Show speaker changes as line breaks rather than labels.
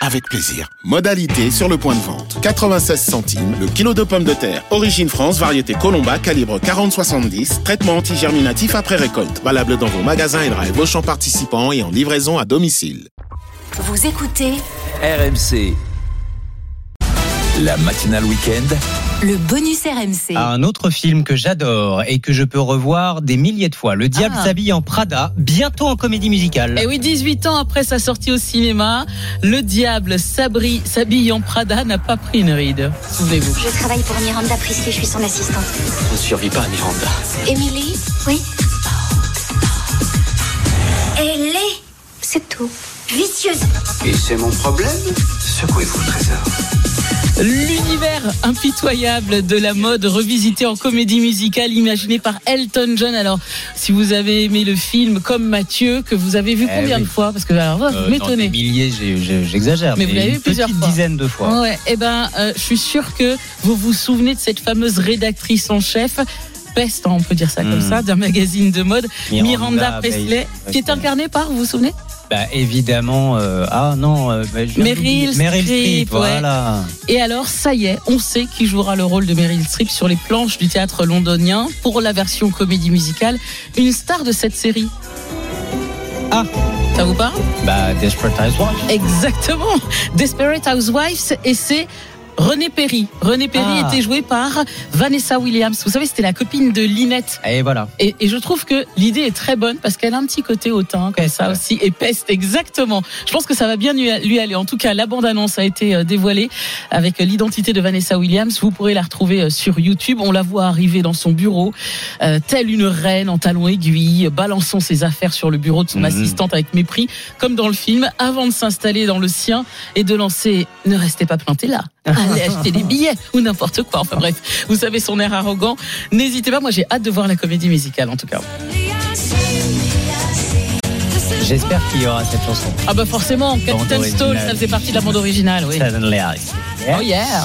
avec plaisir. Modalité sur le point de vente. 96 centimes le kilo de pommes de terre. Origine France, variété Colomba, calibre 40-70. Traitement antigerminatif après récolte. Valable dans vos magasins et drive Auchan participants et en livraison à domicile.
Vous écoutez
RMC. La matinale week-end.
le bonus RMC.
à un autre film que j'adore et que je peux revoir des milliers de fois. Le diable
Ah.
s'habille en Prada, bientôt en comédie musicale.
Et oui, 18 ans après sa sortie au cinéma, le diable Sabri s'habille en Prada n'a pas pris une ride. Souvenez-vous.
Je travaille pour Miranda Priestley, je suis son assistante.
On ne survit pas à Miranda.
Émilie Oui Elle est, c'est tout, vicieuse.
Et c'est mon problème Secouez-vous le trésor.
L'univers impitoyable de la mode revisité en comédie musicale imaginée par Elton John. Alors, si vous avez aimé le film comme Mathieu, que vous avez vu
Eh
combien
oui.
de fois Parce que alors, vous
Euh, dans des
m'étonnez.
milliers, j'ai- j'ai- j'exagère.
Mais vous l'avez
une
vu plusieurs
petite
fois.
dizaine de fois.
Ouais, eh ben, euh, je suis sûre que vous vous souvenez de cette fameuse rédactrice en chef. Peste, hein, on peut dire ça comme
Hmm.
ça, d'un magazine de mode, Miranda, Presley,
Presley.
qui est incarnée par, vous vous souvenez
Bah, évidemment. euh, ah non. euh, bah, je viens
Meryl
d'oublier. Meryl
Streep,
Streep.
ouais.
Voilà.
Et alors, ça y est, on sait qui jouera le rôle de Meryl Streep sur les planches du théâtre londonien pour la version comédie musicale. Une star de cette série.
Ah.
Ça vous parle
Bah, Desperate Housewives.
Exactement. Desperate Housewives et c'est René Perry. René Perry
Ah.
était joué par Vanessa Williams. Vous savez, c'était la copine de Lynette.
Et voilà.
Et, et je trouve que l'idée est très bonne parce qu'elle a un petit côté hautain, comme
Peste,
ça
ouais.
aussi, et peste, exactement. Je pense que ça va bien lui, lui aller. En tout cas, la bande-annonce a été euh, dévoilée avec euh, l'identité de Vanessa Williams. Vous pourrez la retrouver euh, sur YouTube. On la voit arriver dans son bureau, euh, telle une reine en talons aiguilles, balançant ses affaires sur le bureau de son
Mhm.
assistante avec mépris, comme dans le film, avant de s'installer dans le sien et de lancer « Ne restez pas planté là ». Allez acheter des billets ou n'importe quoi. Enfin bref, vous savez son air arrogant. N'hésitez pas, moi j'ai hâte de voir la comédie musicale en tout cas.
J'espère qu'il y aura cette chanson.
Ah bah forcément, Captain Stone,
originale.
ça faisait partie de la bande originale, oui.
Suddenly I-
Oh yeah